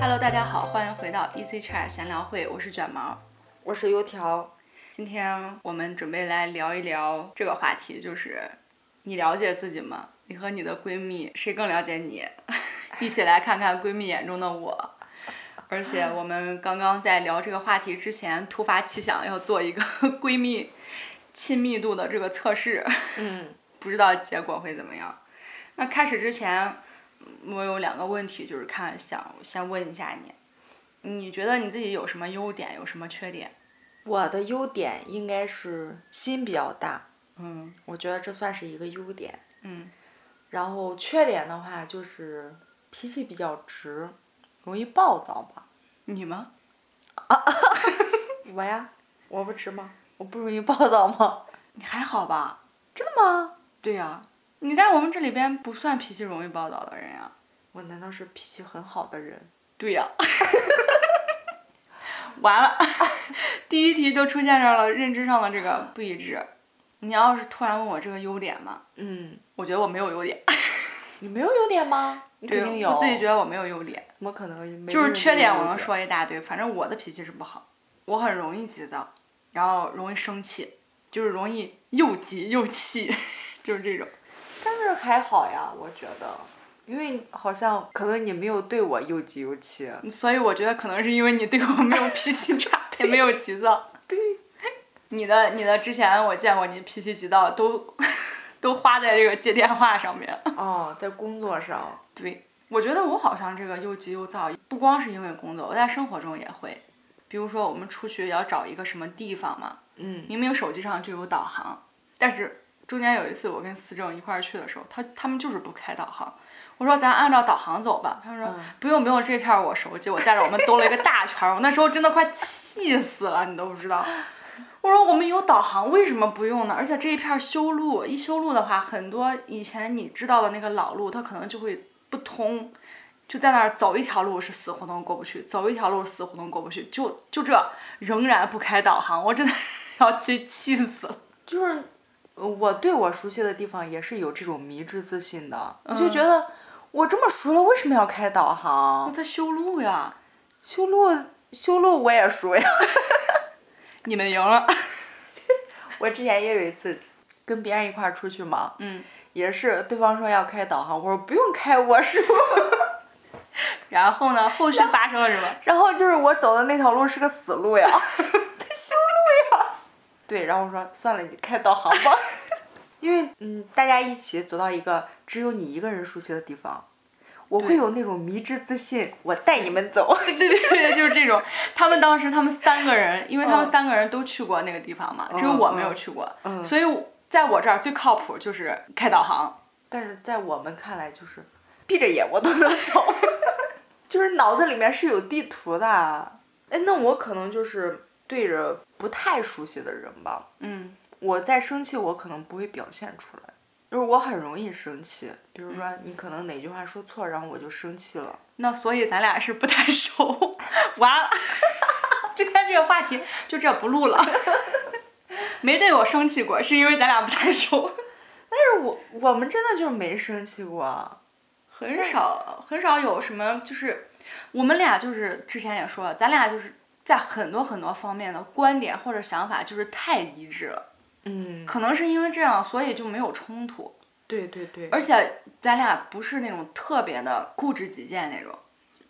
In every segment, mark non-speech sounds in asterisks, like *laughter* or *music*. Hello，大家好，欢迎回到 Easy Chat 闲聊会，我是卷毛。我是油嗯条，今天我们准备来聊一聊这个话题，就是你了解自己吗？你和你的闺蜜谁更了解你？ *laughs* 一起来看看闺蜜眼中的我。而且我们刚刚在聊这个话题之前，突发奇想要做一个 *laughs* 闺蜜亲密度的这个测试。嗯，不知道结果会怎么样。那开始之前，嗯我有两个问题，就是看想先问一下你，你觉得你自己有什么优点，有什么缺点？我的优点应该是心比较大，嗯我觉得这算是一个优点。嗯然后缺点的话就是脾气比较直，容易暴躁吧。你吗？我呀，我不直吗？我不容易暴躁吗？你还好吧？真的吗？对呀、你在我们这里边不算脾气容易暴躁的人呀、我难道是脾气很好的人？对呀、 *laughs* 完了， *laughs* 第一题就出现这儿了，认知上的这个不一致。你要是突然问我这个优点嘛，嗯，我觉得我没有优点，你没有优点吗？你肯对定有。我自己觉得我没有优点。怎么可能没有就是优点？缺点我能说一大堆，反正我的脾气是不好，我很容易急躁，然后容易生气，就是容易又急又气， *laughs* 就是这种。但是还好呀，我觉得，因为好像可能你没有对我又急又气。所以我觉得可能是因为你对我没有脾气差，也没有急躁。对，你的你的之前我见过你脾气急躁都都花在这个接电话上面。哦，在工作上，对，我觉得我好像这个又急又躁，不光是因为工作，我在生活中也会。比如说我们出去要找一个什么地方嘛，嗯，明明手机上就有导航，但是中间有一次我跟思政一块儿去的时候，他他们就是不开导航。我说咱按照导航走吧，他们说、嗯不用不用，这片儿我熟悉，我带着我们兜了一个大圈儿，我那时候真的快气死了，你都不知道。我说我们有导航，为什么不用呢？而且这一片儿修路，一修路的话，很多以前你知道的那个老路，它可能就会不通，就在那儿走一条路是死胡同过不去，走一条路死胡同过不去，就就这仍然不开导航，我真的 *laughs* 要气气死了。就是呃我对我熟悉的地方也是有这种迷之自信的，我就觉得我这么熟了，为什么要开导我航？在哦修路呀，修路修路我也熟呀， *laughs* 你们赢了。我之前也有一次跟别人一块儿出去嘛，嗯，也是对方说要开导航，我说不用开，我熟。然后呢？后续发生了什么？然后就是我走的那条路是个死路 *laughs* 呀，得修路呀。对，然后我说算了，你开导航吧， *laughs* 因为嗯，大家一起走到一个只有你一个人熟悉的地方，我会对有那种迷之自信，我带你们走。对对对，就是这种。他们当时他们三个人，因为他们嗯三个人都去过那个地方嘛，只有我没有去过，嗯所以在我这儿最靠谱就是开导航。 *laughs* 但是在我们看来，就是闭着眼我都能走， *laughs* 就是脑子里面是有地图的。哎，那我可能就是对着不太熟悉的人吧，嗯我在生气，我可能不会表现出来，就是我很容易生气。比如说，你可能哪句话说错，然后我就生气了。那所以咱俩是不太熟，完了， *laughs* 今天这个话题就这不录了。 *laughs* 没对我生气过，是因为咱俩不太熟，但是我我们真的就没生气过。啊很少很少有什么就是，我们俩就是之前也说了，咱俩就是在很多很多方面的观点或者想法就是太一致了，嗯，可能是因为这样，所以就没有冲突，对对对，而且咱俩不是那种特别的固执己见那种，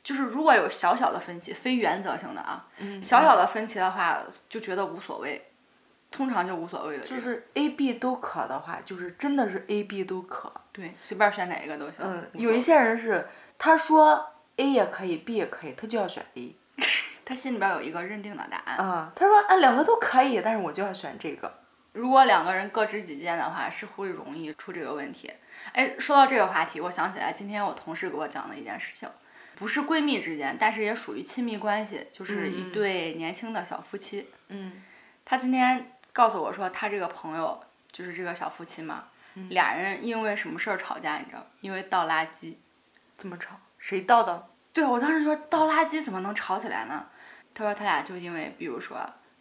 就是如果有小小的分歧，非原则性的啊，嗯小小的分歧的话，就觉得无所谓，通常就无所谓的这就种，是 A B 都可的话，就是真的是 A B 都可。对，随便选哪一个都行。嗯，无所有一谓些人是他说 A 也可以，B 也可以，他就要选 A。他心里边有一个认定的答案。啊、他说啊两个都可以，但是我就要选这个。如果两个人各执己见的话，是会容易出这个问题。哎，说到这个话题，我想起来今天我同事给我讲的一件事情，不是闺蜜之间，但是也属于亲密关系，就是嗯一嗯对年轻的小夫妻。嗯他今天告诉我说，他这个朋友就是这个小夫妻嘛，嗯俩人因为什么事儿吵架，你知道吗？因为倒垃圾。怎么吵？谁到的？对啊我当时说倒垃圾怎么能吵起来呢？他说他俩就因为，比如说，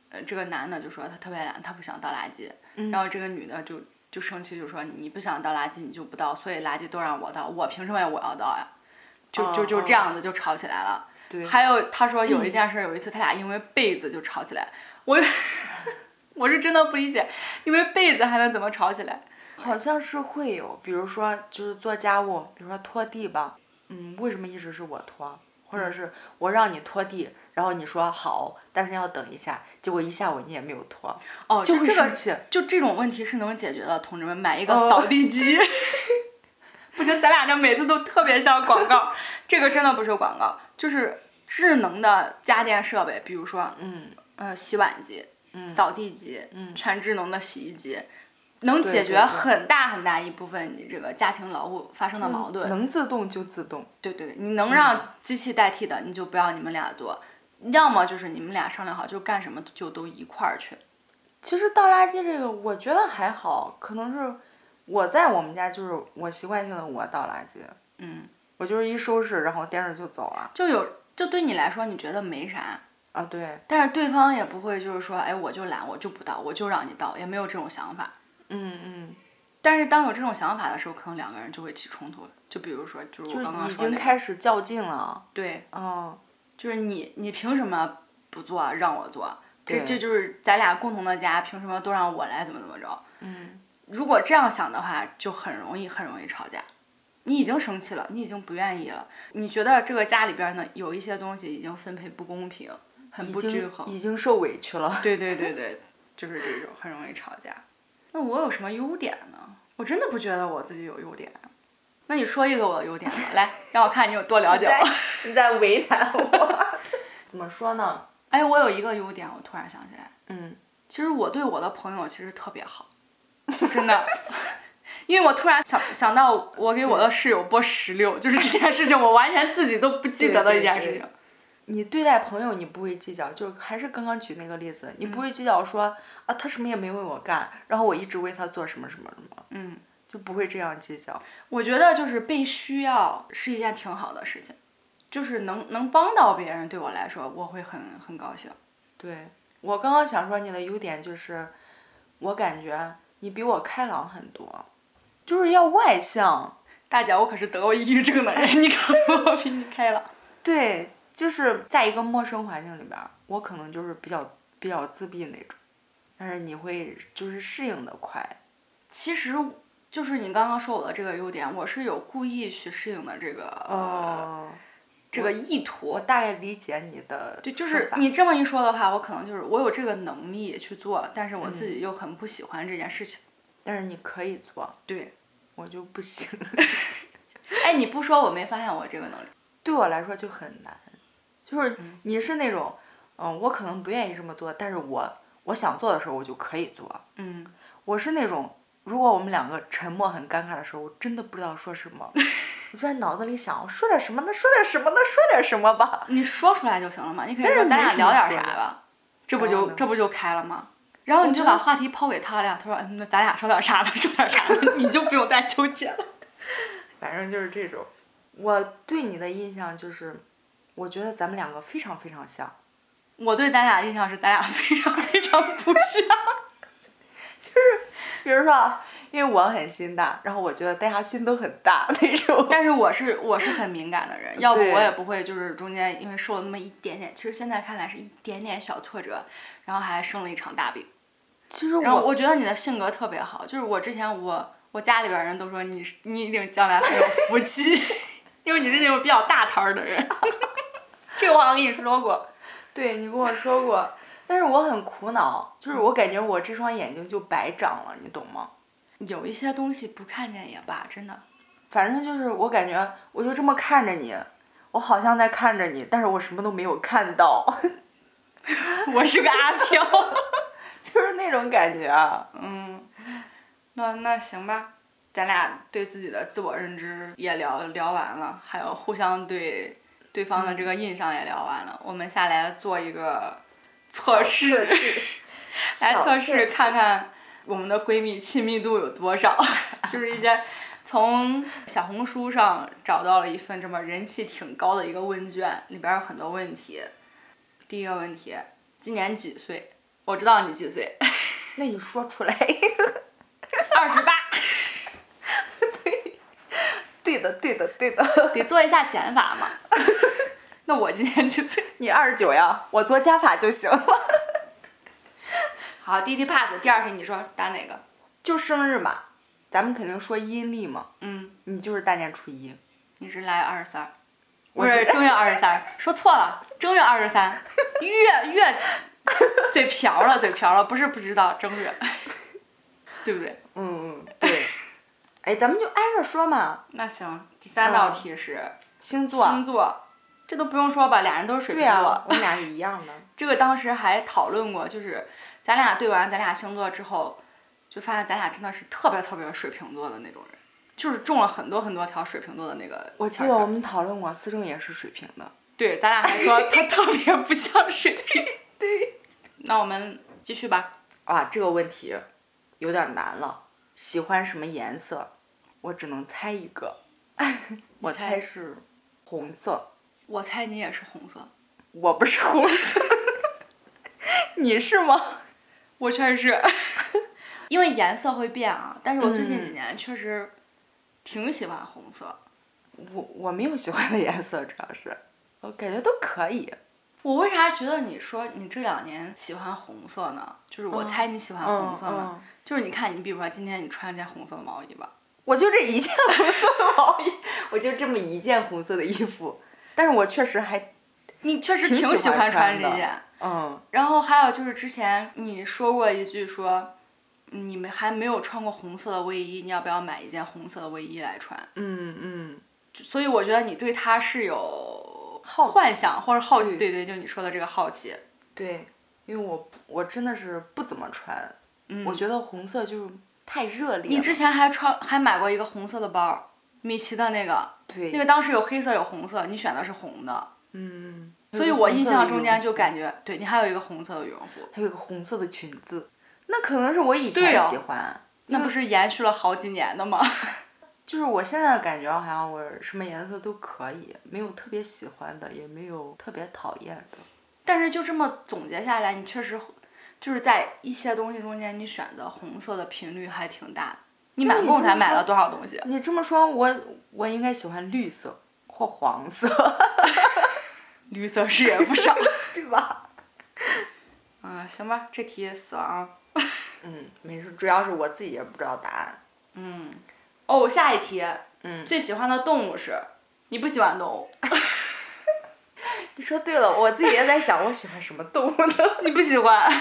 呃，这个男的就说他特别懒，他不想倒垃圾，嗯然后这个女的就就生气，就说你不想倒垃圾你就不倒，所以垃圾都让我倒，我凭什么我要倒呀？就就就这样子就吵起来了。哦对还有他说 *clears throat* 有一件事，有一次他俩因为被子就吵起来，我 *laughs* 我是真的不理解，因为被子还能怎么吵起来？好像是会有，比如说就是做家务，比如说拖地吧，嗯，为什么一直是我拖，或者是我让你拖地，然后你说好，但是要等一下，结果一下午你也没有拖，哦，就会这生个气。就这种问题是能解决的，同志们，买一个哦扫地机。 *laughs* 不行，咱俩这每次都特别像广告，这个真的不是广告，就是智能的家电设备，比如说嗯呃洗碗机、嗯扫地机、嗯，全智能的洗衣机，能对解对决对很大很大一部分你这个家庭劳务发生的矛盾。嗯能嗯自动就自动。对对对，你能让机器代替的，你就不要你们俩做，要么就是你们俩商量好，就干什么就都一块儿去。其实倒垃圾这个，我觉得还好，可能是我在我们家就是我习惯性的我倒垃圾，嗯，我就是一收拾，然后颠着就走了。就有就对你来说你觉得没啥，啊，对，但是对方也不会就是说，哎，我就懒，我就不倒，我就让你倒，也没有这种想法。嗯嗯，但是当有这种想法的时候，可能两个人就会起冲突。就比如说，就是就我刚刚已说经那个，开始较劲了。对，嗯，就是你你凭什么不做让我做？这对这就是咱俩共同的家，凭什么都让我来怎么怎么着？嗯，如果这样想的话，就很容易很容易吵架。你已经生气了，你已经不愿意了，你觉得这个家里边呢有一些东西已经分配不公平，很已不均经衡。已经受委屈了。对对对对，就是这种很容易吵架。那我有什么优点呢？我真的不觉得我自己有优点。那你说一个我的优点吧，来，让我看你有多了 *laughs* 解我。你在为难我。 *laughs* 怎么说呢？ *laughs* 哎，我有一个优点，我突然想起来，嗯，其实我对我的朋友其实特别好，真的。 *laughs* 因为我突然想想到，我给我的室友拨石榴， *laughs* 就是这件事情，我完全自己都不记得的一件事对对情。你对待朋友你不会计较，就是还是刚刚举那个例子，嗯你不会计较说、啊他什么也没为我干，然后我一直为他做什么什么什么，嗯，就不会这样计较。我觉得就是被需要是一件挺好的事情，就是能能帮到别人，对我来说我会很很高兴。对我刚刚想说你的优点就是，我感觉你比我开朗很多，就是要外向。大姐，我可是得过抑郁症的人，你可能我 *laughs* 比你开朗。对，就是在一个陌生环境里边儿，我可能就是比较比较自闭那种，但是你会就是适应的快。其实就是你刚刚说我的这个优点，我是有故意去适应的这个、呃、哦，这个意图我。大概理解你的对，对，就是你这么一说的话，我可能就是我有这个能力去做，但是我自嗯己又很不喜欢这件事情。但是你可以做，对，我就不行。 *laughs* 哎，你不说我没发现我这个能力。对我来说就很难，就是你是那种，嗯，我可能不愿意这么做，但是我我想做的时候我就可以做。嗯，我是那种，如果我们两个沉默很尴尬的时候，我真的不知道说 *laughs* 什么，我就在脑子里想，我说点什么呢？说点什么呢？说点什么吧。你说出来就行了嘛，你可以但是说咱没俩什聊么点说啥的吧，这不然后就呢这不就开了吗？然后你我就觉把得话题抛给他俩，他说嗯，那咱俩说点啥吧， *laughs* 说点啥吧，你就不用再纠结了。 *laughs* 反正就是这种。我对你的印象就是，我觉得咱们两个非常非常像，我对咱俩印象是咱俩非常非常不像。比如说啊，因为我很心大，然后我觉得大家心都很大那种。但是我是我是很敏感的人，要不对我也不会就是中间因为受了那么一点点，其实现在看来是一点点小挫折，然后还生了一场大病。 *laughs* 其实然后我我觉得你的性格特别好，就是我之前我我家里边人都说你是你一定将来很有福气， *laughs* 因为你是那种比较大摊儿的人。 *laughs* 这个我好像跟你说过，对你跟我说过，但是我很苦恼，就是我感觉我这双眼睛就白长了，你懂吗？有一些东西不看见也罢，真的。反正就是我感觉我就这么看着你，我好像在看着你，但是我什么都没有看到， *laughs* *laughs* 我是个阿飘。就是那种感觉啊。嗯，那那行吧，咱俩对自己的自我认知也聊聊完了，还有互相对对方的这个印象也聊完了，我们下来做一个测试，来小测试看看我们的闺蜜亲密度有多少， *laughs* 就是一些。从小红书上找到了一份这么人气挺高的一个问卷，里边有很多问题。第一个问题，今年几岁？我知道你几岁， *laughs* 那你说出来， *laughs* 二十八。对的，对的，对的。 *laughs* 得做一下减法嘛。那我今天就你二十九呀，我做加法就行 *laughs* 了。好，第一题 pass，第二题你说答哪个？就生日嘛，咱们肯定说阴历嘛，嗯，你就是大年初一，你是来二十三，不我是是正月二十 *laughs* 三，说错了，正月二十三，月 *laughs* 月，嘴瓢了，嘴瓢了，不是不知道正 *laughs* 月，对不对？嗯，嗯，对。 *laughs* 哎，咱们就挨着说嘛，那行，第三道嗯题是、星座。星座，这都不用说吧，俩人都是水对瓶呀、座。我们俩是一样的。这个当时还讨论过，就是咱俩对完咱俩星座之后，就发现咱俩真的是特别特别水瓶座的那种人，就是中了很多很多条水瓶座的那个。 *laughs* 我记得我。们讨论过，思政也是水瓶的。对，咱俩还说他特别不像水 *laughs* 瓶。对。那我们继续吧。啊，这个问题有点难了。喜欢什么颜色？我只能猜一 *laughs* 个，我猜猜是红色。我猜你也是红色，我不是红色， *laughs* 你是吗？我确实 *laughs* 是，因为颜色会变啊。但是我最近几嗯年确实挺喜欢红色。我我没有喜欢的颜色，主要是我感觉都可以。我为啥觉得你说你这两年喜欢红色呢？就是我嗯猜你喜欢红色呢。嗯，就是你看，你比如说今天你穿了件红色的毛衣吧， *laughs* 我就这一件红色的毛衣， *laughs* 我就这么一件红色的衣服，但是我确实还你确实挺挺喜喜欢欢穿穿的这件。嗯然后还有就是之前你说过一句说，嗯你们还没有穿过红色的卫衣，你要不要买一件红色的卫衣来穿？嗯嗯，就所以我觉得你对它是有好奇幻想或者好奇，对对对，就你说的这个好奇。对，因为我我真的是不怎么穿，嗯，我觉得红色就是太热烈了。你之前还穿还买过一个红色的包儿，米奇的那个，对，那个当时有黑色有红色，你选的是红的，嗯，所以我印象中间就觉。感觉，对你还有一个红色的羽绒服。还有一个红色的裙子，那可能是我以对前哦喜欢，那不是延续了好几年的吗？ *laughs* 就是我现在感觉好像我什么颜色都可以，没有特别喜欢的，也没有特别讨厌的。但是就这么总结下来，你确实就是在一些东西中间，你选择红色的频率还挺大的。你那满你共这么才买说了多少东西？你这么说，我我应该喜欢绿色或黄色， *laughs* 绿色是也不少。 *laughs* 对吧？嗯，行吧，这题死了啊。嗯，没事，主要是我自己也不知道答案。嗯，哦，下一题，嗯，最喜欢的动物是？你不喜欢动物， *laughs* 你说对了，我自己也在想，我喜欢什么动物呢？ *laughs* 你不喜欢，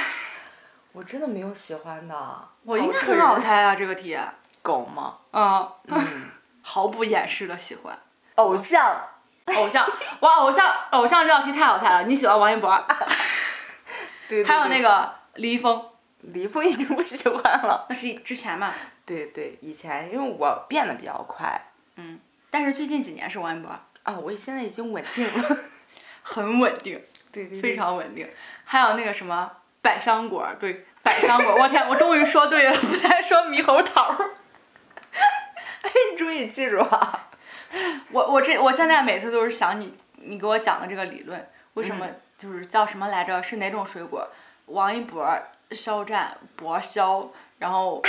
我真的没有喜欢的。我应该好很蠢好猜啊这个题。狗吗？嗯， *laughs* 嗯，毫不掩饰的喜欢偶像。偶像，哇，偶像偶像这道题太好猜了。你喜欢王一博， *laughs* 对还有那个个李易峰，李易峰已经不喜欢了。那是之前嘛。对对，以前因为我变得比较快嗯，但是最近几年是王一博，啊，我现在已经稳定了， *laughs* 很稳定，对对非常稳定。还有那个什么百香果，对，百香果，我天，我终于说对了，不再说猕猴桃儿。哎， *laughs* 你终于记住啊了，我我这我现在每次都是想你，你给我讲的这个理论，为什么就是叫什么来着？是哪种水果？王一博、肖战、博肖，然后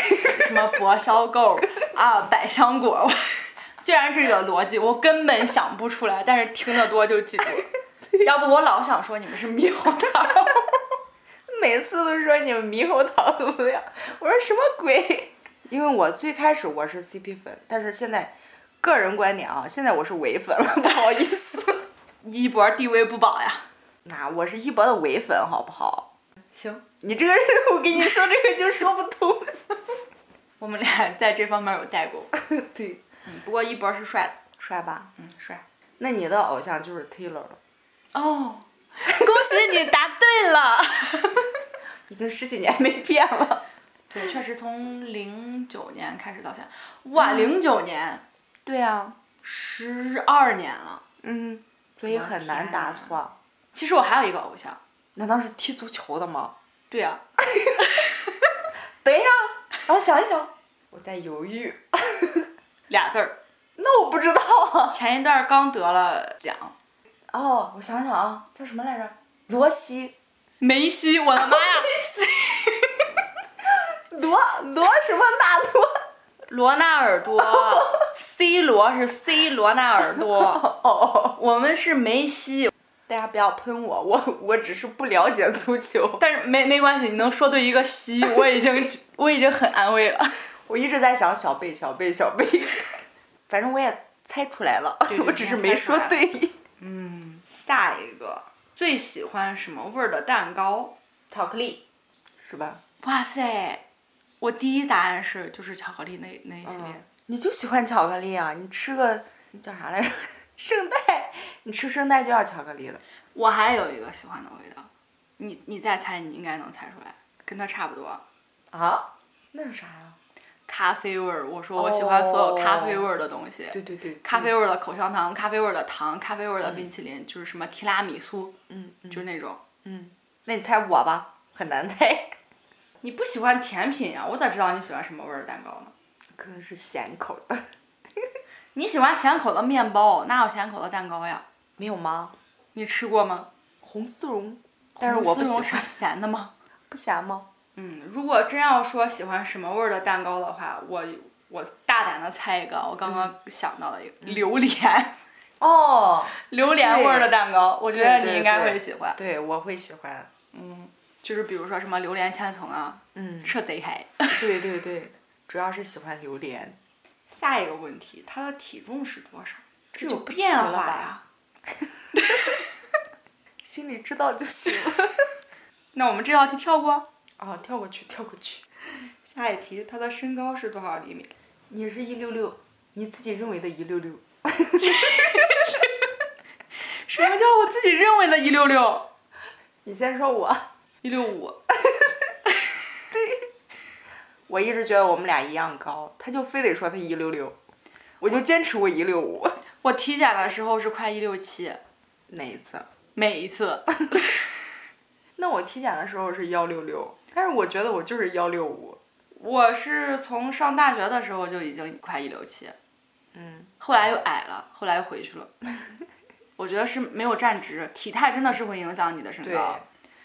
什么博肖购啊，百香果。 *laughs* 虽然这个逻辑我根本想不出来，但是听得多就记住了。要不我老想说你们是猕猴桃儿。 *laughs* 每次都说你们猕猴桃怎么样， *laughs* 我说什么鬼？ *laughs* 因为我最开始我是 CP 粉，但是现在，个人观点啊，现在我是伪粉了， *laughs* 不好意思。一博地位不保呀。那我是一博的伪粉，好不好？行，你这个人，我跟你说这个就说不通。我们俩在这方面有代沟。 *laughs* 对，嗯，不过一博是帅的，帅吧？嗯，帅。那你的偶像就是 Taylor 了，哦，恭喜你答对了。已经十几年没变了。对，确实从零九年开始到现在，哇，零九年，对啊，十二年了。嗯，所以我很天难答呐错。其实我还有一个偶像，难道是踢足球的吗？对啊呀、等一下，让我想一想，我在犹豫。俩字儿。那我不知道啊。前一段儿刚得了奖，哦，我想想啊，叫什么来着？罗西，梅西，我的妈呀，罗罗什么纳多？罗纳尔多，C 罗是 C 罗纳尔多，哦哦，我们是梅西，大家不要喷我，我我只是不了解足球。但是没没关系，你能说对一个西，我已经我已经很安慰了。我一直在想小贝，小贝，小贝， *laughs* 反正我也猜出来了，对对我只是没说对。嗯，下一个最喜欢什么味儿的蛋糕？ *laughs* 巧克力， *laughs* 是吧？哇塞，我第一答案是就是巧克力那那一系列。嗯你就喜欢巧克力啊？你吃个那叫啥来着？圣代，你吃圣代就要巧克力了。我还有一个喜欢的味道，你你再猜，你应该能猜出来，跟它差不多。啊？那是啥呀、咖啡味儿，我说我喜欢所有咖啡味儿的东西。对对对，咖啡味儿的口香糖，咖啡味儿的糖，咖啡味儿的冰淇淋，就是什么提拉米苏，嗯，嗯就是那种。嗯，那你猜我吧， *laughs* 很难猜，你不喜欢甜品呀、我咋知道你喜欢什么味儿的蛋糕呢？可能是咸口的。你喜欢咸口的面包，哪有咸口的蛋糕呀？没有吗？你吃过吗？红丝绒，但是我红丝不喜绒欢，是咸的吗？不咸吗？嗯，如果真要说喜欢什么味儿的蛋糕的话，我我大胆的猜一个，我刚刚想到了一个、榴莲，哦，榴莲味儿的蛋糕，我觉得对你对应该对会喜欢。对，我会喜欢。嗯，就是比如说什么榴莲千层啊，嗯，这贼嗨。对对对，主要是喜欢榴莲。下一个问题，他的体重是多少？这就有不变提化了吧呀。心里知道就 *laughs* 行了。那我们这道题跳过。啊，跳过去，跳过去。下一题，他的身高是多少厘米？你是一六六，你自己认为的一六六，什么叫我自己认为的一六六？你先说我。一六五。我一直觉得我们俩一样高，他就非得说他一六六，我就坚持我一六 *laughs* 五。我体检的时候是快一六七，哪一次？每一次。那我体检的时候是幺六六，但是我觉得我就是幺六五。我是从上大学的时候就已经快一六七，嗯，后来又矮了，后来又回去了。 *laughs* 我觉得是没有站直，体态真的是会影响你的身对，高。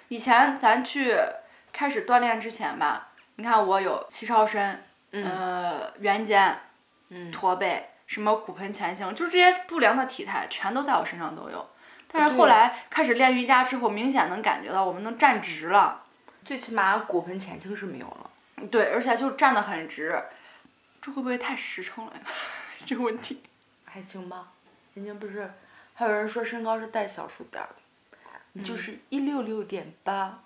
以前咱去开始锻炼之前吧，你看我有七超伸，嗯呃，圆肩、嗯，驼背，什么骨盆前倾，就是这些不良的体态全都在我身上都有。但是对后来开始练瑜伽之后，明显能感觉到我们能站直了，最起码骨盆前倾是没有了。对，而且就站得很直。这会不会太实诚了呀？ *laughs* 这个问题。还行吧，人家不是还有人说身高是带小数点儿的，你就是一六六点八。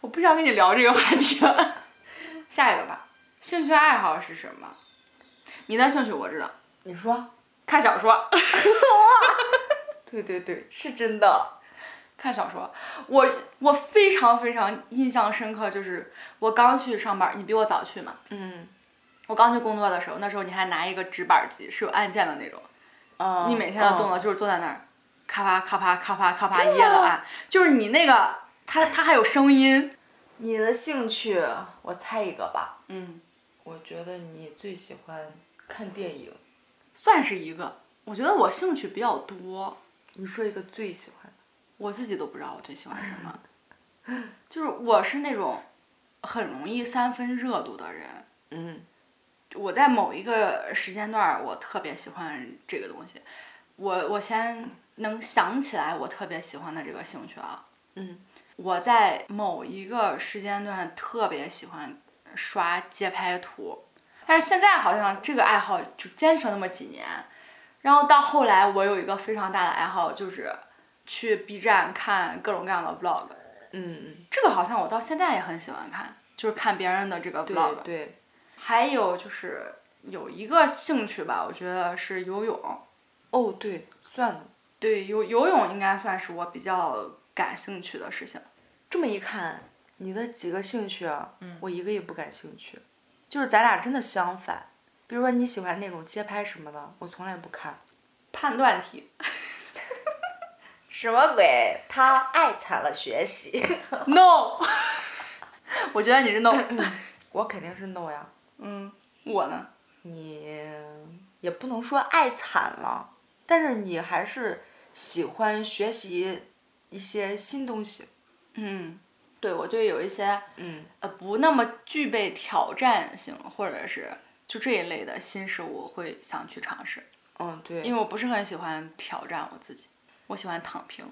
我不想跟你聊这个话题了。下一个吧，兴趣爱好是什么？你的兴趣我知道，你说？看小说， *laughs* 对对对，是真的。看小说。我我非常非常印象深刻，就是我刚去上班，你比我早去嘛。嗯，我刚去工作的时候，那时候你还拿一个直板机，是有按键的那种。啊、你每天的动作、作就是坐在那儿，咔啪咔啪咔啪咔啪真一的夜的按，就是你那个它它还有声音。你的兴趣，我猜一个吧。嗯，我觉得你最喜欢看电影。算是一个。我觉得我兴趣比较多，你说一个最喜欢的。我自己都不知道我最喜欢什么。就是我是那种很容易三分热度的人。嗯我在某一个时间段儿，我特别喜欢这个东西。我我先能想起来我特别喜欢的这个兴趣啊，嗯，我在某一个时间段特别喜欢刷街拍图，但是现在好像这个爱好就坚持了那么几年，然后到后来我有一个非常大的爱好就是去 B 站看各种各样的 vlog，嗯嗯，这个好像我到现在也很喜欢看，就是看别人的这个 vlog，嗯对对。还有就是有一个兴趣吧，我觉得是游泳。哦，对，算了。对，游游泳应该算是我比较感兴趣的事情。这么一看，你的几个兴趣啊，嗯我一个也不感兴趣，就是咱俩真的相反。比如说你喜欢那种街拍什么的，我从来不看。判断题什么鬼？他爱惨了学习。 ，no，我觉得你是 no。 *laughs* 我肯定是 no 呀。嗯，我呢？你也不能说爱惨了，但是你还是喜欢学习一些新东西。嗯，对，我对有一些嗯呃不那么具备挑战性，或者是就这一类的新事物会想去尝试。嗯，对。因为我不是很喜欢挑战我自己，我喜欢躺平。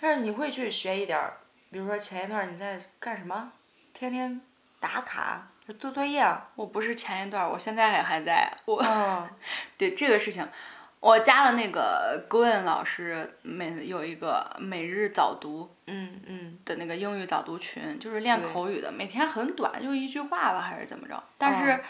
但是你会去学一点儿，比如说前一段你在干什么，天天打卡做作业啊。我不是前一段儿，我现在还还在我。嗯， *laughs* 对这个事情，我加了那个 Gwen 老师每有一个每日早读 *laughs* 嗯嗯，的那个英语早读群，就是练对口语的，每天很短，就一句话吧，还是怎么着？但是、哦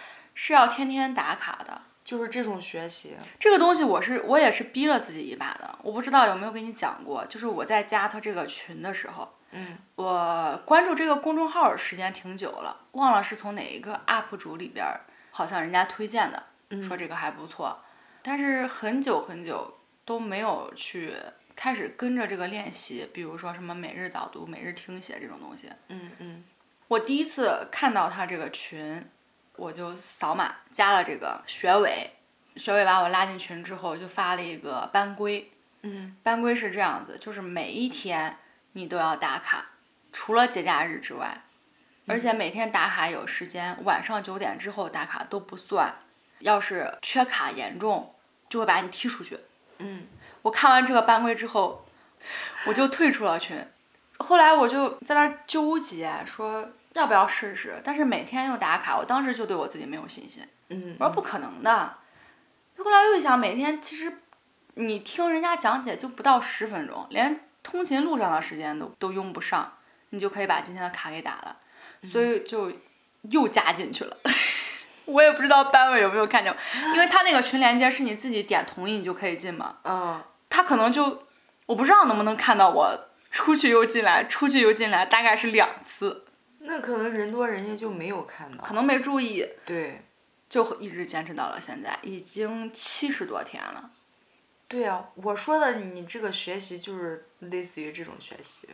是要天天打卡的。就是这种学习。这个东西我是我也是逼了自己一把的，我不知道有没有跟你讲过，就是我在加他这个群的时候，嗯我关注这个公众号时间挺久了，忘了是从哪一个 UP 主里边儿，好像人家推荐的，嗯，说这个还不错，但是很久很久都没有去开始跟着这个练习，比如说什么每日导读、每日听写这种东西。嗯嗯我第一次看到他这个群，我就扫码加了这个学委，学委把我拉进群之后就发了一个班规，嗯班规是这样子，就是每一天你都要打卡，除了节假日之外，而且每天打卡有时间，晚上九点之后打卡都不算。要是缺卡严重，就会把你踢出去。嗯我看完这个班规之后，我就退出了群。后来我就在那儿纠结，说要不要试试，但是每天又打卡，我当时就对我自己没有信心。嗯，我说啊不可能的。后来又一想，每天其实你听人家讲解就不到十分钟，连通勤路上的时间都都用不上，你就可以把今天的卡给打了，所以就又加进去了。 *laughs* 我也不知道班委有没有看见我，因为他那个群连接是你自己点同意你就可以进嘛，嗯他可能就我不知道能不能看到我出去又进来，出去又进来，大概是两次，那可能人多人家就没有看到可。能没注意，对就一直坚持到了现在，已经七十多天了。对啊，我说的你这个学习就是类似于这种学习。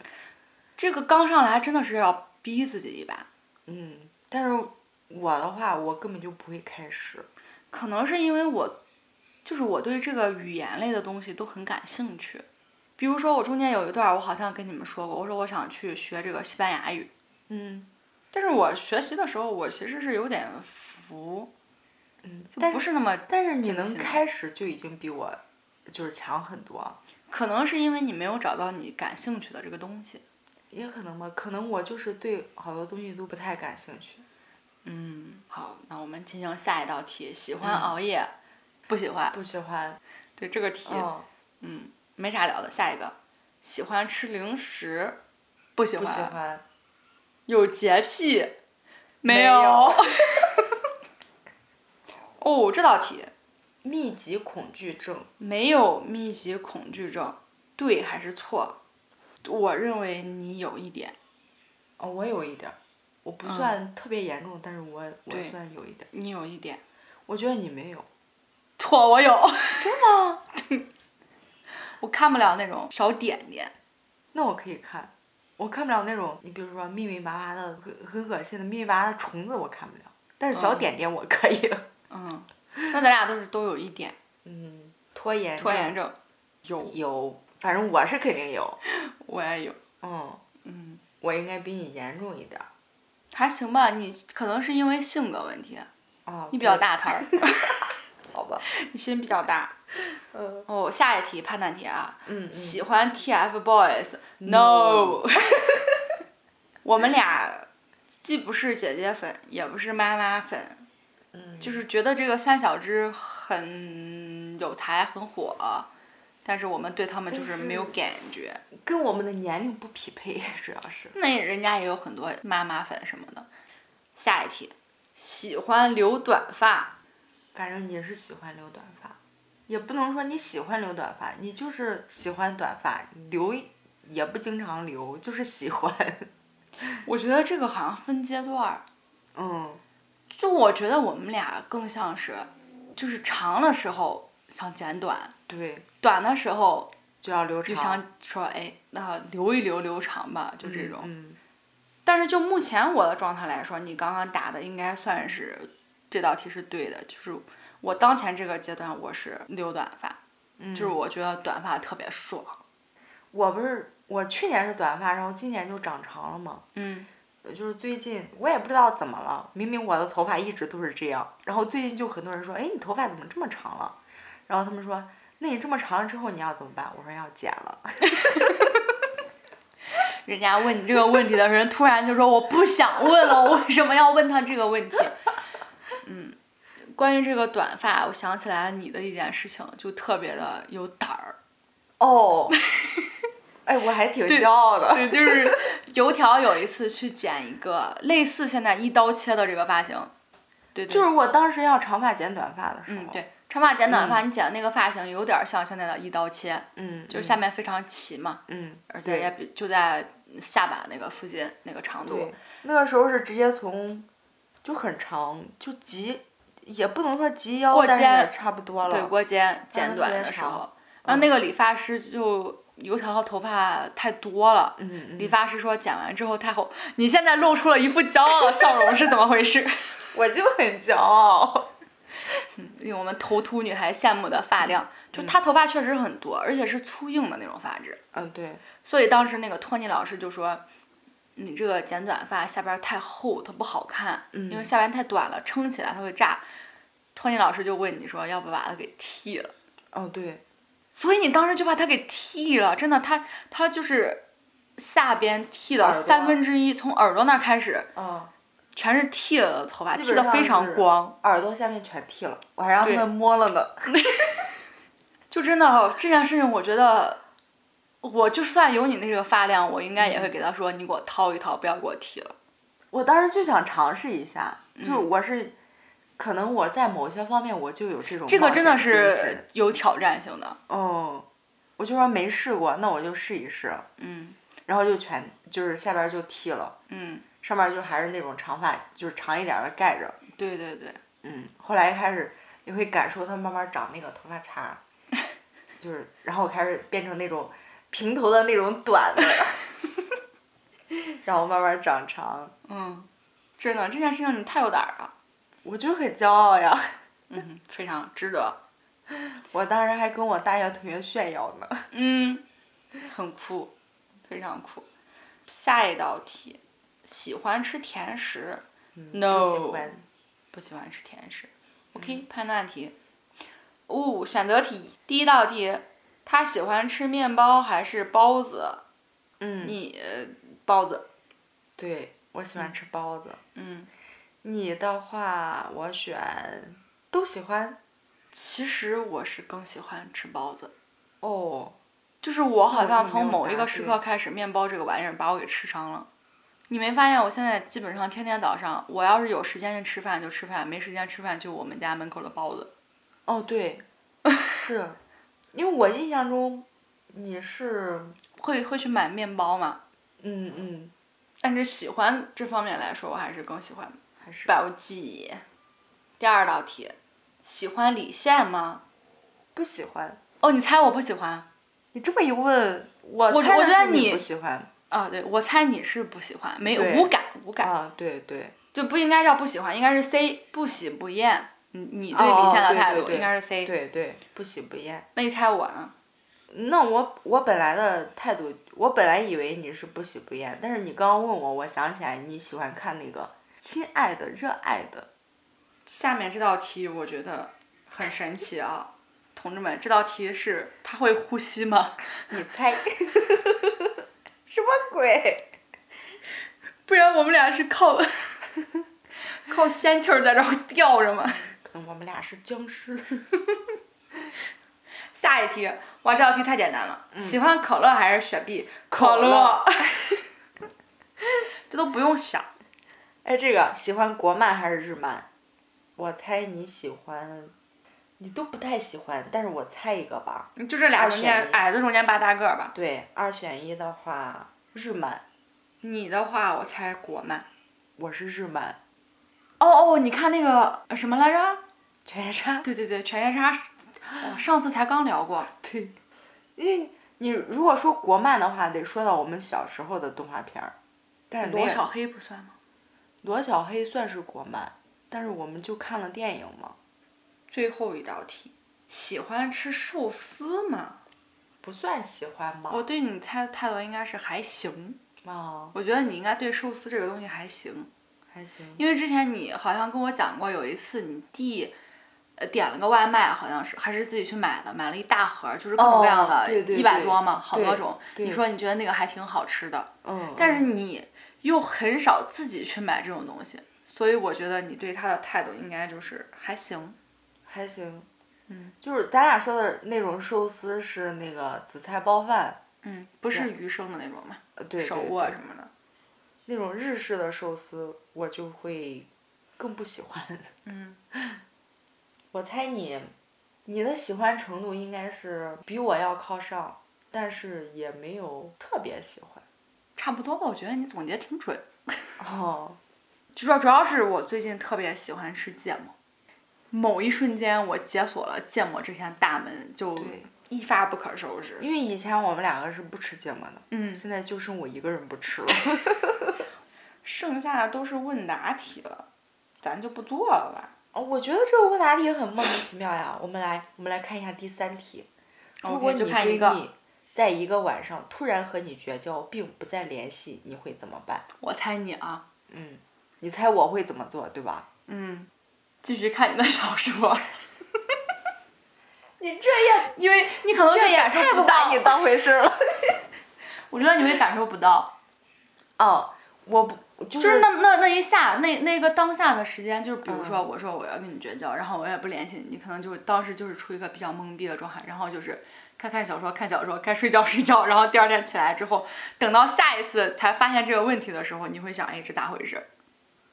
这个刚上来真的是要逼自己一把，嗯，但是我的话，我根本就不会开始。可能是因为我，就是我对这个语言类的东西都很感兴趣。比如说，我中间有一段儿我好像跟你们说过，我说我想去学这个西班牙语，嗯但是我学习的时候，我其实是有点浮，嗯，就但不是是那么，但是你真的能是开始就已经比我就是强很多，可能是因为你没有找到你感兴趣的这个东西。也可能吧，可能我就是对好多东西都不太感兴趣。嗯，好，那我们进行下一道题，喜欢嗯熬夜，不喜欢？不喜欢。对这个题，嗯，嗯，没啥聊的。下一个，喜欢吃零食，不喜不喜欢。有洁癖，没没 *laughs* 有哦，这道题密集恐惧症，没有密集恐惧症，对还是错？我认为你有一点，哦，我有一点儿，我不嗯算特别严重，但是我我对算有一点儿。你有一点，我觉得你没有。错，我有，真的。 *laughs* 我看不了那种小点点，那我可以看，我看不了那种，你比如说密密麻麻的、很很恶心的密密麻麻的虫子，我看不了。但是小嗯点点我可以。嗯，那咱俩都是都有一点嗯，拖延拖症延症，有，有，反正我是肯定有。我也有，嗯，嗯，我应该比你严重一点儿。还行吧，你可能是因为性格问题，啊，你比较对，大摊儿， *laughs* 好吧？你心比较大，嗯哦，下一题判断题啊，嗯，喜欢 TFBOYS？No，、 *laughs* No 我们俩既不是姐姐粉，也不是妈妈粉，嗯，就是是觉得这个三小只很有才，很火，但是我们对他们就是但是没有感觉。跟我们的年龄不匹配， *laughs* 主要是。那人家也有很多妈妈粉什么的。下一题，喜欢留短发，反正你是喜欢留短发，也不能说你喜欢留短发，你就是喜欢短发，留也不经常留，就是喜欢。 *laughs* 我觉得这个好像分阶段儿。嗯，就我觉得我们俩更像是，就是长的时候想剪短，对，短的时候就要留就长。想说，哎，那留一留留长吧，就这种。嗯，但是就目前我的状态来说，你刚刚答的应该算是这道题是对的，就是我当前这个阶段我是留短发，嗯就是我觉得短发特别爽。我不是我去年是短发，然后今年就长长了嘛。呃嗯，就是最近我也不知道怎么了，明明我的头发一直都是这样，然后最近就很多人说，哎，你头发怎么这么长了？然后他们说，那你这么长了之后你要怎么办？我说要剪了。 *laughs* 人家问你这个问题的人，突然就说我不想问了，我为什么要问他这个问题？嗯，关于这个短发，我想起来了你的一件事情，就特别的有胆儿。 *laughs* 哦，哎，我还挺对骄傲的。对，就是油条有一次去剪一个类似现在一刀切的这个发型，对对，就是我当时要长发剪短发的时候，嗯对，长发剪短发，你剪的那个发型有点像现在的一刀切，嗯，就是下面非常齐嘛，嗯，而且对也比就在下巴那个附近那个长度对，，那个时候是直接从就很长，就及也不能说及腰过，但肩是也差不多对了。过肩但剪是短特的别时嗯长嗯候，然后那个理发师就油条头发太多了。嗯嗯，理发师说剪完之后太后，你现在露出了一副骄傲的笑容，是怎么回事？ *laughs* 我就很骄傲。令我们头秃女孩羡慕的发量，就她头发确实很多，而且是粗硬的那种发质。嗯，对，所以当时那个托尼老师就说：“你这个剪短发下边儿太厚，它不好看，嗯因为下边太短了，撑起来它会炸。”托尼老师就问你说：“要不把它给剃了哦对，？”所以你当时就把它给剃了，真的，它它就是下边剃耳了朵三分之一，从耳朵那儿开始嗯，全是剃了的头发，基剃本得上非是常光，耳朵下面全剃了，我还让他对们摸了呢。 *laughs* 就真的哦这件事情，我觉得。我就算有你那个发量，我应该嗯也会给他说，你给我掏一掏，不要给我剃了。我当时就想尝试一下，就是嗯我是，可能我在某些方面我就有这种这个冒真的险精神是有挑战性的。哦，我就说没试过，那我就试一试，嗯然后就全就是下边就剃了，嗯，上面就还是那种长发，就是长一点儿的盖着。对对对，嗯，后来开始你会感受它慢慢长那个头发茬儿，就是然后开始变成那种平头的那种短的，然后慢慢长长，嗯，真的这件事情你太有胆儿了，我就很骄傲呀。嗯，非常值得，我当时还跟我大学同学炫耀呢。嗯，很酷，非常酷。下一道题，喜欢吃甜食，嗯不 No 喜欢不喜欢吃甜食。OK，、判断题。哦，选择题，第一道题，他喜欢吃面包还是包子？嗯，你呃包子，对我喜欢吃包子。嗯，你的话，我选都喜欢其实我是更喜欢吃包子。哦。就是我好像那我从就嗯没有某一答个时刻开始，面包这个玩意儿把我给吃伤了。你没发现我现在基本上天天早上，我要是有时间去吃饭就吃饭，没时间吃饭就我们家门口的包子。哦，对，是，因为我印象中你是，会会去买面包嘛？嗯嗯，但是喜欢这方面来说，我还是更喜欢还是百无记忆。第二道题，喜欢李现吗？不喜欢。哦，你猜我不喜欢你这么一问，我我猜我的觉得是你不喜欢啊？对，我猜你是不喜欢，没有对无感无感，啊，对对，就不应该叫不喜欢，应该是 C 不喜不厌。你你对哦李现的对态对度对应该是 C。对对，不喜不厌。那你猜我呢？那我我本来的态度，我本来以为你是不喜不厌，但是你刚刚问我，我想起来你喜欢看那个《亲爱的热爱的下面这道题我觉得很神奇啊，同志们，这道题是他会呼吸吗？》，你猜 *laughs* 什么鬼？不然我们俩是靠 *laughs* 靠仙气儿在这儿吊着吗？可能我们俩是僵尸。下一题，哇，这道题太简单了。喜欢可乐还是雪碧？*laughs* 可乐这都不用想。哎，这个喜欢国漫还是日漫？我猜你喜欢，你都不太喜欢，但是我猜一个吧。就这俩二中选间一，矮子中间拔大个儿吧。对，二选一的话，日漫，你的话，我猜国漫。我是日漫。哦哦，你看那个呃什么来着？全杀。对对对，犬夜叉是。哦上次才刚聊过。 *laughs* 对，因为你如果说国漫的话，得说到我们小时候的动画片儿。但是罗那个小黑不算吗？罗小黑算是国漫，但是我们就看了电影嘛，最后一道题，喜欢吃寿司吗？不算喜欢吧？我对你猜的态度应该是还行，啊，我觉得你应该对寿司这个东西还行，还行。因为之前你好像跟我讲过，有一次你弟呃点了个外卖，好像是还是自己去买的，买了一大盒儿，就是各种各样哦的，对对一百对多嘛，好多对种。对你说你觉得那个还挺好吃的，嗯，但是你又很少自己去买这种东西，所以我觉得你对他的态度应该就是还行。还行。嗯，就是咱俩说的那种寿司是那个紫菜包饭，嗯，不是鱼生的那种嘛，呃，对，手对握对什么的。那种日式的寿司，我就会更不喜欢。 *laughs* 嗯，我猜你，你的喜欢程度应该是比我要靠上，但是也没有特别喜 *laughs* 欢。差不多吧，我觉得你总结挺准。哦，就说主要是我最近特别喜欢吃芥末，某一瞬间我解锁了芥末这扇大门，就对一发不可收拾。因为以前我们两个是不吃芥末的，嗯，现在就剩我一个人不吃了。 *laughs* 剩下的都是问答题了，咱就不做了吧。哦，我觉得这个问答题很莫名其妙呀。我们来，我们来看一下第三题。如 OK，果你就看一闺个蜜在一个晚上突然和你绝交，并不再联系，你会怎么办？我猜你啊，嗯，你猜我会怎么做，对吧？嗯，继续看你的小说， *laughs* 你这也因为你可能哦就这也感受太不到把你当回 *laughs* 事儿了。我觉得你会感受不到，哦，我不就就是是那那那一下那那个当下的时间，就是比如说嗯我说我要跟你绝交，然后我也不联系你，你可能就是当时就是处于一个比较懵逼的状态，然后就是该看小说看小说，该睡觉睡觉，然后第二天起来之后，等到下一次才发现这个问题的时候，你会想，哎，这咋回事？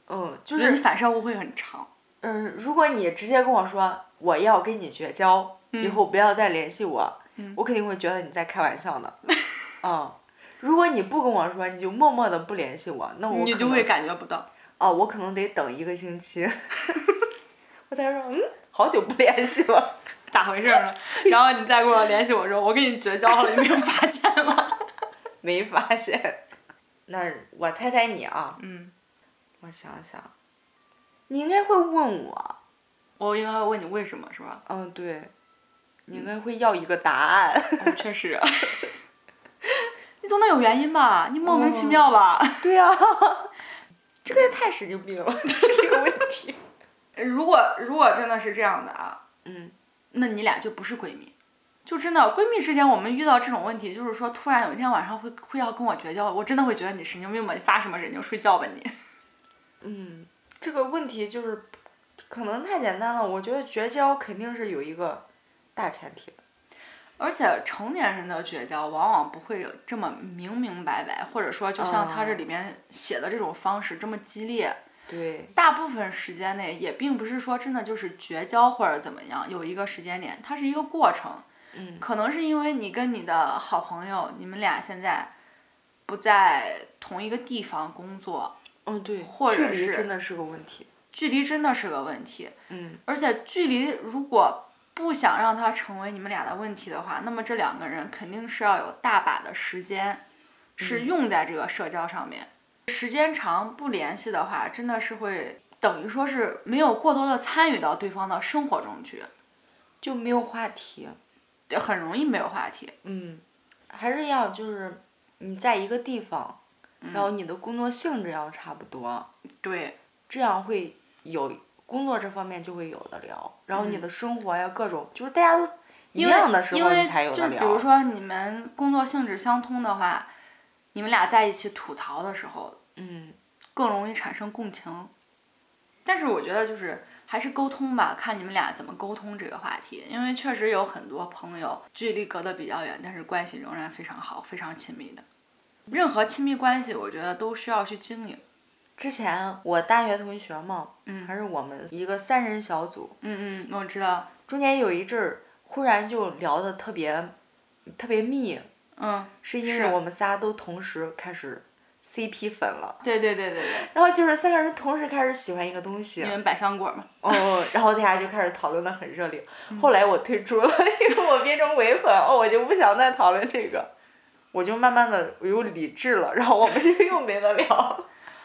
嗯，就我觉得你是反射弧会很长。嗯，如果你直接跟我说我要跟你绝交，以后不要再联系我，嗯我肯定会觉得你在开玩 *laughs* 笑呢。嗯，如果你不跟我说，你就默默的不联系我，那我你可就能会感觉不到。哦，我可能得等一个 *laughs* 星期， *laughs* 我才说嗯，好久不联系了。咋回事儿 *laughs* 呢？然后你再跟我联系我说，我跟你绝交了，你没有发现 *laughs* 吗？没发现。 *laughs* 那我猜猜你啊，嗯，我想想，你应该会问我，我应该会问你为什么是 *laughs* 吧？嗯，对，你应该会要一个答案。哦确实， *laughs* 你总得有原因吧？你莫名其妙吧？ *laughs* 对啊，这个也太神经病了， *laughs* 这个问题。如果如果真的是这样的啊， *laughs* 嗯，那你俩就不是闺蜜。就真的闺蜜之间，我们遇到这种问题，就是说突然有一天晚上会会要跟我绝交，我真的会觉得你神经病吧？你发什么神经？睡觉吧你。嗯，这个问题就是可能太简单了，我觉得绝交肯定是有一个大前提的。而且成年人的绝交往往不会有这么明明白白，或者说就像他这里面写的这种方式这么激烈。对，大部分时间内也并不是说真的就是绝交或者怎么样，有一个时间点，它是一个过程。嗯可能是因为你跟你的好朋友，你们俩现在不在同一个地方工作，嗯，对，或者距离是真的是个问题。距离真的是个问题。嗯而且距离如果不想让它成为你们俩的问题的话，那么这两个人肯定是要有大把的时间是用在这个社交上面。时间长不联系的话，真的是会等于说是没有过多的参与到对方的生活中去，，就没有话题。对很容易没有话题。嗯，还是要就是你在一个地方，然后你的工作性质要差不多，对，这样会有工作这方面就会有的聊，然后你的生活呀各种就是大家都一嗯因为样的时因候为你才有就的比如聊。说你们工作性质相通的话，你们俩在一起吐槽的时候，嗯，更容易产生共情。但是我觉得就是还是沟通吧，看你们俩怎么沟通这个话题，因为确实有很多朋友距离隔得比较远，但是关系仍然非常好、非常亲密的。任何亲密关系，我觉得都需要去经营。之前我大学同学嘛，嗯还是我们一个三人小组，嗯嗯，我知道。中间有一阵儿忽然就聊的特别特别密，嗯，是因是为我们仨都同时开始 CP 粉了。对对对对对，然后就是三个人同时开始喜欢一个东西你，们百香果嘛。哦，然后大家就开始讨论的很热烈。后来我退出了， *laughs* 因为我变成伪粉，哦，我就不想再讨论这个，我就慢慢的我又理智了，然后我们 *laughs* 就又没得聊。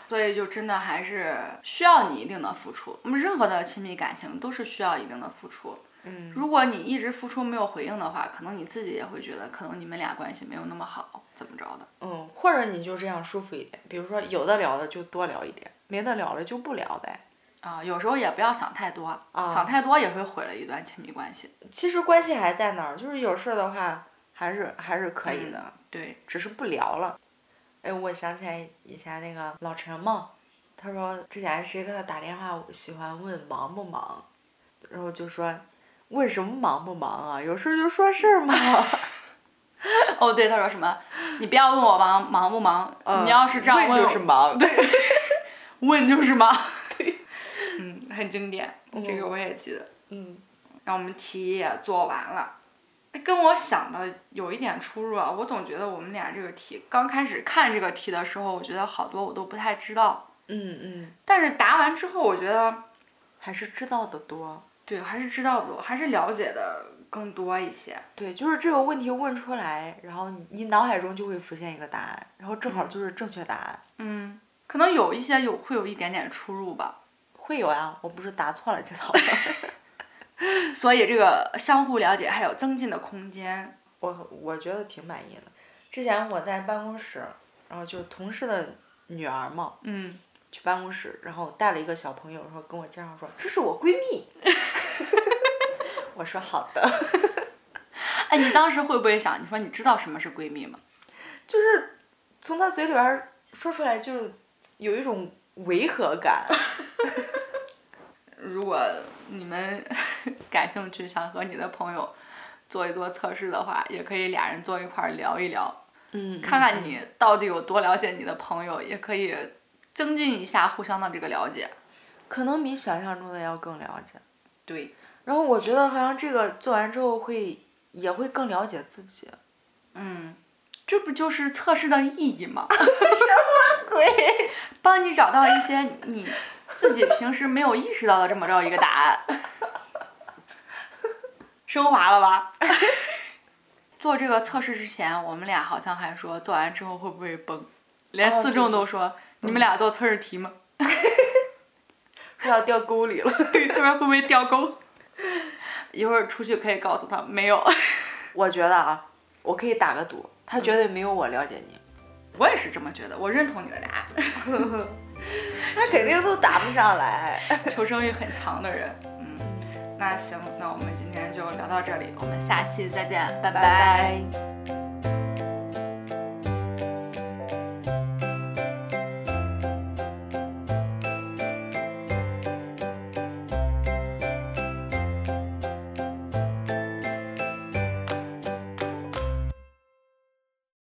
所以就真的还是需要你一定的付出。我们任何的亲密感情都是需要一定的付出。嗯，如果你一直付出没有回应的话，可能你自己也会觉得，可能你们俩关系没有那么好，怎么着的。嗯，或者你就这样舒服一点，比如说有的聊的就多聊一点，没得聊了就不聊呗。啊、有时候也不要想太多，啊想太多也会毁了一段亲密关系。其实关系还在那儿，就是有事儿的话还是还是可以的，对，只是不聊了。哎，我想起来以前那个老陈嘛，他说之前谁给他打电话，喜欢问忙不忙，然后就说问什么忙不忙啊？有事儿就说事儿 *laughs* 嘛。哦对，他说什么？你不要问我忙忙不忙，你要是这样呃嗯问问就 *laughs* 是忙，对，问就是忙。 *laughs* 对，嗯，很经典，这个我也记得。嗯，然后我们题也做完了，哎跟我想的有一点出入啊。我总觉得我们俩这个题，刚开始看这个题的时候，我觉得好多我都不太知道，嗯嗯，但是答完之后，我觉得还是知道的多。对，还是知道的多，还是了解的更多一些。对，就是这个问题问出来，然后你你脑海中就会浮现一个答案，然后正好就是正确答案。嗯，可能有一些有会有一点点出入吧。会有啊，我不是答错了这道吗？所以这个相互了解还有增进的空间。我我觉得挺满意的。之前我在办公室，然后就同事的女儿嘛，嗯，去办公室，然后带了一个小朋友，然后跟我介绍说这是我闺蜜。 *laughs* 我说好的，哎，你当时会不会想，你说你知道什么是闺蜜吗？就是从她嘴里边儿说出来，就是有一种违 *laughs* 和感。如果你们 *laughs* 感兴趣，想和你的朋友做一做测试的话，也可以俩人坐一块儿聊一聊，嗯，看看你到底有多了解你的朋友，也可以增进一下互相的这个了解。可能比想象中的要更了解。对，然后我觉得好像这个做完之后会也会更了解自 *laughs* 己。嗯，这不就是测试的意义吗？对。帮你找到一些你自己平时没有意识到的这么着一个答案，升华了吧？做这个测试之前，我们俩好像还说做完之后会不会崩，连哦四对众都说、你们俩做测试题吗？要掉沟里了。对，他们会不会掉沟？一会儿出去可以告诉他没有。我觉得啊，我可以打个赌，他绝对没有我了解你。我也是这么觉得，我认同你的答案。他肯定都答不上来。求生欲很强的人，嗯，那行，那我们今天就聊到这里，我们下期再见，拜拜拜。